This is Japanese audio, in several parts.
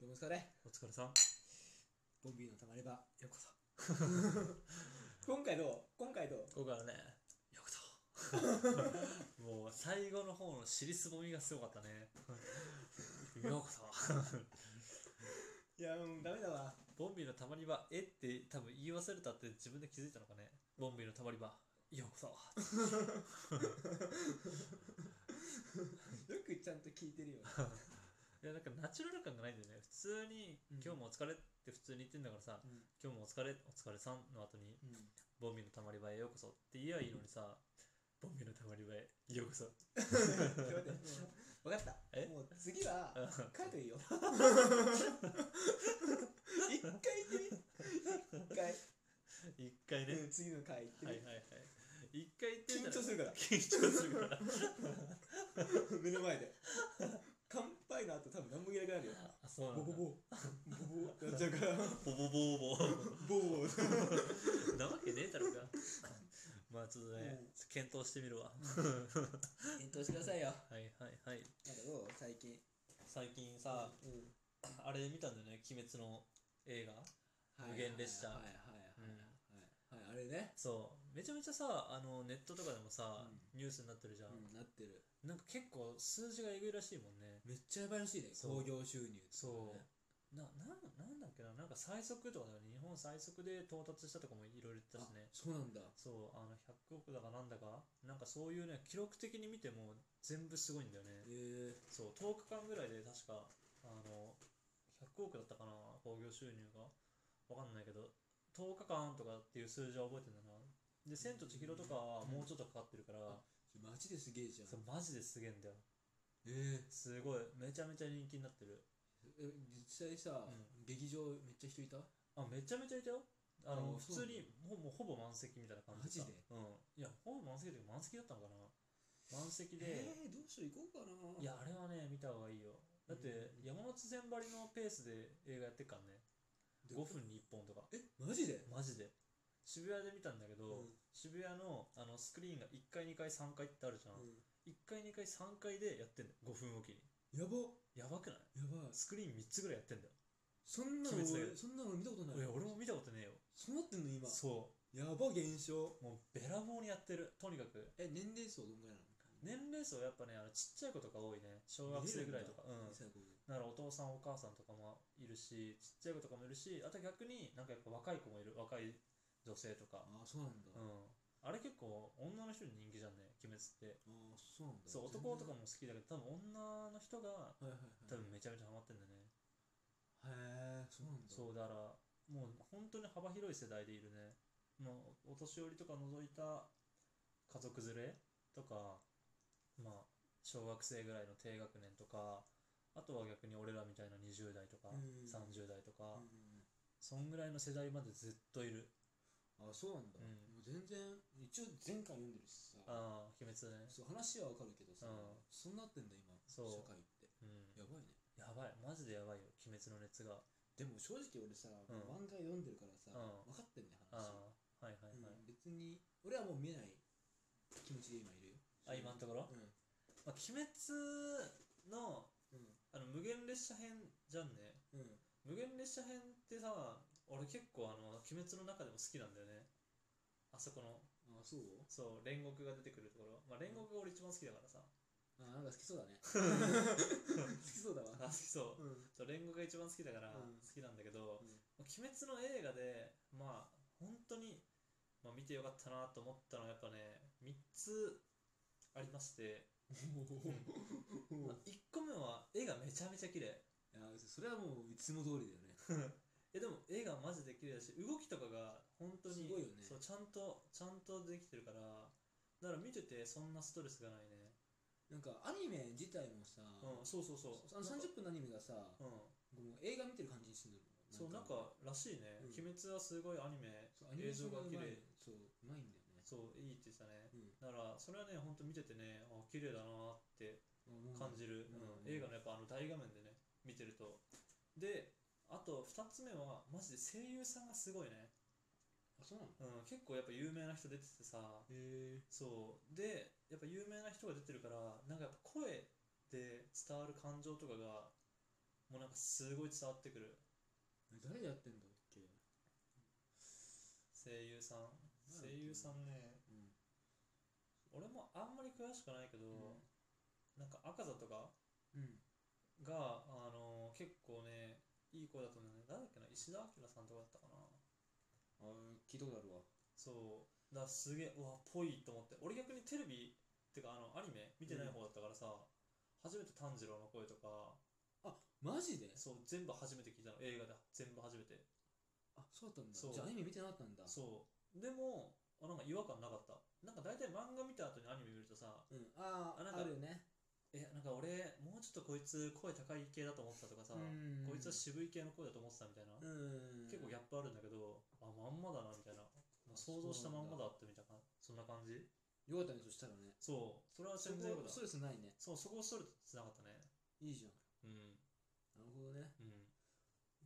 どうもお疲れお疲れさん。ボンビーのたまればようこそ今回どう今回どう今回はね、よくと。もう最後の方の尻すぼみがすごかったね。ようこそ。いやもうダメだわボンビーのたまり場、えって多分言い忘れたって自分で気づいたのかね。ボンビーのたまり場、ようこそ。よくちゃんと聞いてるよねいや、なんかナチュラル感がないんだよね。普通にうん、今日もお疲れって普通に言ってんだからさ、うん今日もお疲れ、お疲れさんの後に、うんボンビーのたまり場へようこそって言えばいいのにさ、ボンビーのたまり場へようこそ。ちょっと待ってもう分かったえもう次は書いといいよ 一回行ってみ一回、一回ね。うん次の回行ってみ、 はいはいはい。一回緊言ってみたら張するから緊張する から。目の前で乾杯の後多分何も言えなくなるよあ、そうなんだ。ボボボボボボってなっちゃうからボボボボボボボ。なわけねえだろうが。まあちょっとねうん、検討してみるわ。検討してくださいよはいはいはい。なんかどう最近最近さ、うんあれ見たんだよね、鬼滅の映画。無限列車はいはいはいはいはいはいはいあれねそう。めちゃめちゃさ、あのネットとかでもさ、ニュースになってるじゃうんん。なってるなんか結構数字がえぐいらしいもんね。めっちゃやばいらしいねそう興行収入そう。な、なん、なんだっけな、なんか最速とかだよね。日本最速で到達したとかもいろいろ言ってたあしね。そうなんだそう、あの100億だかなんだか、なんかそういうね、記録的に見ても全部すごいんだよね。えそう、10日間ぐらいで確か、あの、100億だったかな、興行収入が。わかんないけど、10日間とかっていう数字は覚えてんだな。で、千と千尋とかはもうちょっとかかってるかーら、マジですげえじゃんそうマジですげえんだよ。えすごい、めちゃめちゃ人気になってる。ーえ実際さう劇場めっちゃ人いたあ、めちゃめちゃいたよ。あの、あ普そうなん通だにほもうほぼ満席みたいな感じマジでさうん。いや、ほぼ満席というか満席だったのかな。満席で。えーどうしよう行こうかないいや、あれはね、見た方がいいよ。だって、うん山手線ばりのペースで映画やってっからね。5分に1本とか。えマジでマジで。渋谷で見たんだけど、うん渋谷のあのスクリーンが1階、2階、3階ってあるじうゃん。ん1階、2階、3階でやってんだよ。5分おきに。やばやばくないやばいスクリーン3つぐらいやってんだよ。そんなの鬼滅だ俺よそんなの見たことないいや、俺も見たことねえよ。そうなってんの今そやば現象う。もうべらぼうにやってる。とにかく。え年齢層どんぐらいなの年齢層やっぱね、あのちっちゃい子とか多いね。小学生ぐらいとか。うん見。せるんだだからお父さんお母さんとかもいるしちっちゃい子とかもいるしあと逆になんかやっぱ若い子もいる若い女性とか、ああそうなんだうん、あれ結構女の人に人気じゃんね鬼滅ってああそうなんだそう男とかも好きだけど多分女の人はがいはいはい多分めちゃめちゃハマってんだね、へえそうなんだそうだからもう本当に幅広い世代でいるねもうお年寄りとか除いた家族連れとかまあ小学生ぐらいの低学年とかあとは逆に俺らみたいな20代とかうん30代とうか、んそんぐらいの世代までずっといる。ああそうなんだ、うんもう全然一応前回読んでるしさああ、鬼滅ね。そう話はわかるけどさ、うんそうなってんだ今そう社会ってうん。やばいねやばい、マジでやばいよ、鬼滅の熱が。でも正直俺さ、うん漫画読んでるからさ、うん分かってんね話、ああ、はいはいはうんい。別に俺はもう見えない気持ちで今いるよあ、今のとこうろ、んまあ、鬼滅のうんあの無限列車編じゃんね。うん無限列車編ってさ、俺結構あの、鬼滅の中でも好きなんだよね。あそこの、ああそうそう、煉獄が出てくるところ。まあ、煉獄が俺一番好きだからさ。あなんか好きそうだ ね好きそうだあ、わ好き そうう。んそう煉獄が一番好きだからうん好きなんだけうど、んまあ鬼滅の映画で、まあ、本当に、まあ、見てよかったなと思ったのはやっぱね、3つありまして、うんまあ、1個目は絵がめちゃめちゃ綺い麗やそれはもういつも通りだよね。えでも絵がマジで綺麗だし、動きとかが本当にすごいよねそうちゃんと、ちゃんとできてるから、だから見ててそんなストレスがないね。なんかアニメ自体もさ、うん、そうそうそう。あのなんか30分のアニメがさ、うん、もう映画見てる感じにしてるの。そう、なんか、らしいね、うん鬼滅はすごいアニメそうアニ、メー映ショ像ンがうまが綺い麗。そう、うまいんだよね。そう、いいって言ってたね。うんだから、それはね、本当見ててね、あ、綺麗だなってあもう感じる、うんうん映画のやっぱあの大画面でね見てるとであと2つ目はマジで声優さんがすごいね、あ、そうなのうん、結構やっぱ有名な人出ててさへえ。そうでやっぱ有名な人が出てるからなんかやっぱ声で伝わる感情とかがもうなんかすごい伝わってくる誰やってんだっけ、う声優さんなんだっけ声優さんねん、俺もあんまり詳しくないけど、うんなんか赤座とかうんが、あのー結構ねいい子だと思うんだけど誰だっけな石田明さんとかだったかなあ聞いたことあるわそうだからすげえうわぽいと思って俺逆にテレビってかあのアニメ見てない方だったからさ、初めて炭治郎の声とかあマジでそう全部初めて聞いたの映画で全部初めてあそうだったんだそうじゃあアニメ見てなかったんだそうでもあなんか違和感なかったなんか大体漫画見た後にアニメ見るとさうんああなんあかあるよねえなんか俺もうちょっとこいつ声高い系だと思ってたとかさ、うんこいつは渋い系の声だと思ってたみたいな、うん結構ギャップあるんだけどあまんまだなみたいな、まあ、想像したまんまだってみたいなそんな感じよかったねそしたらねそうそれはそ全然こよかったストレスないねそうそこをストレートつながったねいいじゃんうんなるほどねうん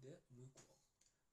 でもう一個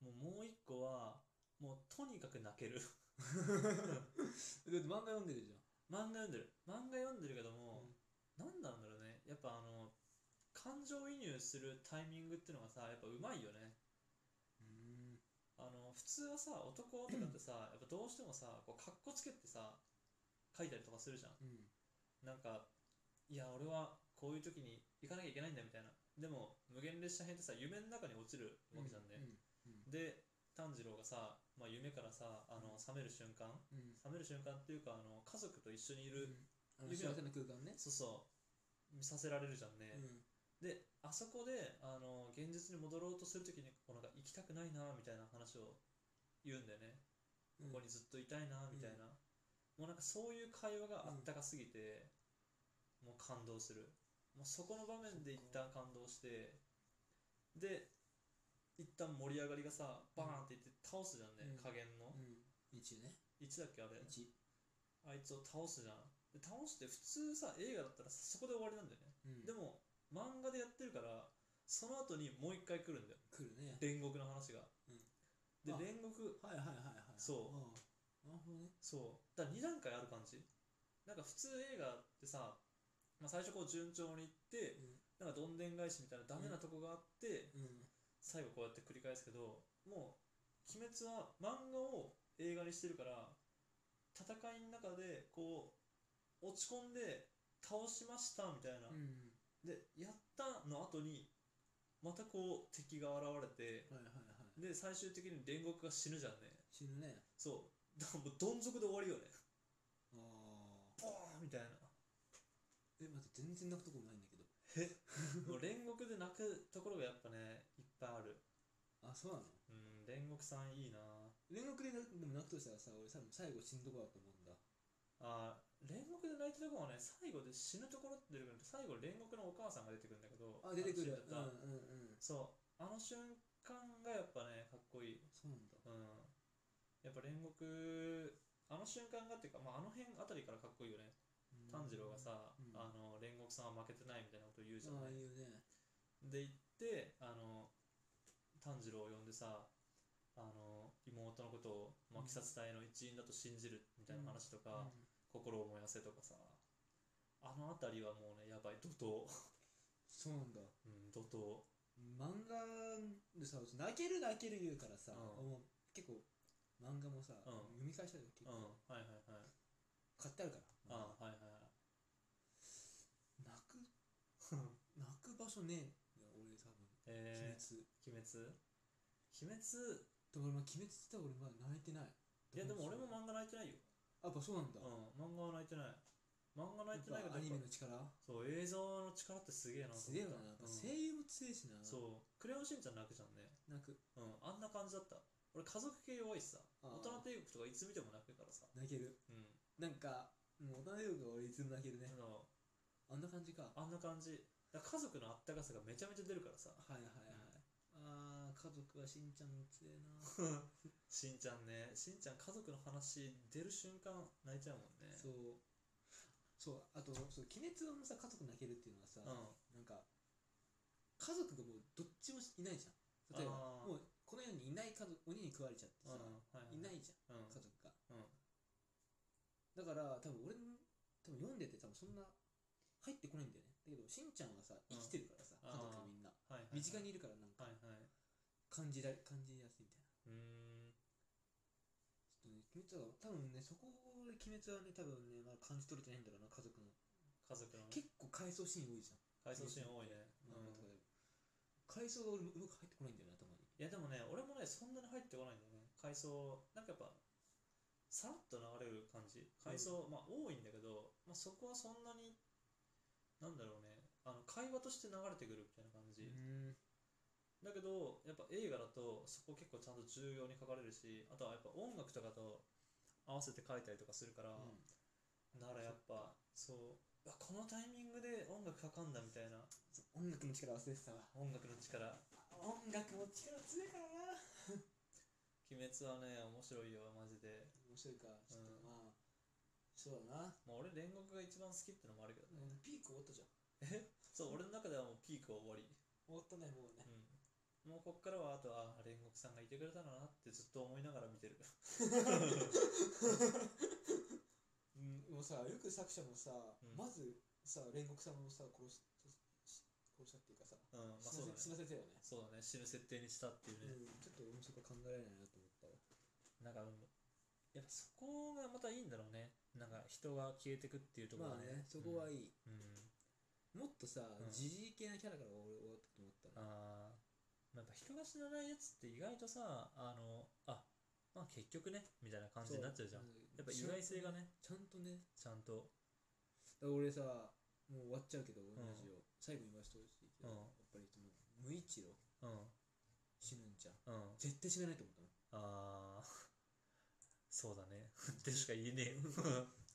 もうもう一個はもうとにかく泣ける だって漫画読んでるじゃん漫画読んでる漫画読んでるけども、なん、なんだろうねやっぱあの感情移入するタイミングっていうのがさやっぱうまいよねうんあの普通はさ男とかって さやっぱどうしてもさこうかっこつけてさ書いたりとかするじゃんうんなんかいや俺はこういう時に行かなきゃいけないんだみたいなでも無限列車編ってさ夢の中に落ちるわけじゃんね、うんで炭治郎がさ、まあ、夢からさあの覚める瞬間うんうん覚める瞬間っていうかあの家族と一緒にいる、あの幸せな空間ねそうそう見させられるじゃんね、うんであそこであの現実に戻ろうとするときにこうなんか行きたくないなみたいな話を言うんだよね、うんここにずっといたいなみたいな、もうなんかそういう会話があったかすぎて、もう感動するもうそこの場面で一旦感動してで一旦盛り上がりがさバーンっていって倒すじゃんね、うん加減のうん1ね1だっけあれ1あいつを倒すじゃんで倒して普通さ映画だったらさそこで終わりなんだよね、うんでも漫画でやってるからその後にもう一回来るんだよ来るね煉獄の話が、うんあで煉獄はいはいはいはいそううんなるほどねそうだから2段階ある感じなんか普通映画ってさ、まあ、最初こう順調にいってなんかどんでん返しみたいなダメなとこがあって、うんうん最後こうやって繰り返すけどもう「鬼滅」は漫画を映画にしてるから戦いの中でこう落ち込んで倒しましたみたいな、うんでやったの後にまたこう敵が現れてはいはいはいで最終的に煉獄が死ぬじゃんね死ぬねそうだからもうどん底で終わりよねああボーンみたいなえ待って全然泣くとこないんだけどもう煉獄で泣くところがやっぱねいっぱいあるあそうなのうん煉獄さんいいな煉獄で泣くでも泣くとしたらさ俺多分最後死ぬとこだと思うんだあー煉獄で泣いてるとこはね最後で死ぬところって出てくるんで最後煉獄のお母さんが出てくるんだけどあ出てくるの死んじゃったうんうんうんそうあの瞬間がやっぱねかっこいいそうなんだうんやっぱ煉獄あの瞬間がっていうか、まあ、あの辺あたりからかっこいいよね炭治郎がさ、うんあの煉獄さんは負けてないみたいなこと言うじゃん、ああね、いうねで行ってあの炭治郎を呼んでさあの妹のことを、まうんあ、鬼殺隊の一員だと信じるみたいな話とうか、ん心を燃やせとかさあの辺りはもうねやばい怒涛、そうなんだうん、怒涛漫画でさ泣ける泣ける言うからさ、うんもう結構漫画もさ、う読んみ返した時、うんはいはいはい、買ってあるから、あはいはいはい泣く 泣く場所ねえんだよ俺多分え鬼滅ー、鬼滅鬼滅でも俺まあ鬼滅って言ったら俺まだ泣いてないいやでも俺もあ漫画泣いてないよ、やっぱそうなんだ、うん、漫画は泣いてない漫画泣いてなやいっぱアけどやっニぱメの力そう映像の力ってすげえなと思った強いよなやっぱうん声優も強いしな、そうクレヨンしんちゃん泣くじゃんね泣くうん、あんな感じだった。俺、家族系弱いしさ。あー大人帝国とかいつ見ても泣くからさ。泣けるうん。なんかもう大人のが俺いつも泣けるねあ、のあんな感じかあんな感じ。だから家族のあったかさがめちゃめちゃ出るからさ。はいはいはいあー家族はしんちゃん強えな しんちゃんね、しんちゃん家族の話出る瞬間泣いちゃうもんね。そうそうあとそう「鬼滅」のさ家族泣けるっていうのはさ、うんなんか家族がもうどっちもいないじゃん例えばあーもうこの世にいない家族鬼に食われちゃってうん。さ、はいはいないじゃうん。うんん家族がうん。だから多分俺の多分読んでて多分そんな入ってこないんだよねだけどしんちゃんはさ生きてるからさ、あー家族みんなはいはいはい身近にいるからなんかはいはい感じら感じやすいみたいなうーんちょっとね鬼滅は多分ねそこで鬼滅はね多分ねまだ感じ取れてないんだろうな家族の家族の結構回想シーン多いじゃん回想シーン多いね、漫画とうかでもん回想が俺うまく入ってこないんだよな頭にいやでもね、俺もね、そんなに入ってこないんだよね。階層、なんかやっぱ、さらっと流れる感じ。階層、まあ多いんだけど、まあそこはそんなに、なんだろうね、あの会話として流れてくるみたいな感じ。うんだけど、やっぱ映画だと、そこ結構ちゃんと重要に書かれるし、あとはやっぱ音楽とかと合わせて書いたりとかするから、ならやっぱ、そう、うわこのタイミングで音楽かかんだみたいな、音楽の力忘れてたわ音楽の力。音楽の力強いからな鬼滅はね、面白いよ、マジで。面白いかちょっうとんまあそうだなまあ、俺煉獄が一番好きってのもあるけどね、ピーク終わったじゃんそう俺の中ではもうピークは終わり、う終わったねもうねん、もうこっからはあとはあ煉獄さんがいてくれたのなってずっと思いながら見てるうんもうさよく作者もさんまずさ煉獄様をさ殺しし殺したっていうかさうんまあ死そうなだせ死ねなせてよねそうだね死ぬ設定にしたっていうね、うんちょっと面白く考えられないなと思ったわなんかうんやっぱそこがまたいいんだろうねなんか人が消えてくっていうところまあねそこはいい、いうんもっとさうんジジイ系なキャラから俺終わったと思ったなあーまあやっぱ人が死なないやつって意外とさあのあまあ結局ねみたいな感じになっちゃうじゃんやっぱ意外性がねちゃんとねちゃんとだから俺さもう終わっちゃうけど同んじを最後に言わせてほしいけどうんやっぱりその無一郎うん死ぬんじゃんうん絶 対死なないと思ったのああそうだねってしか言えねえよ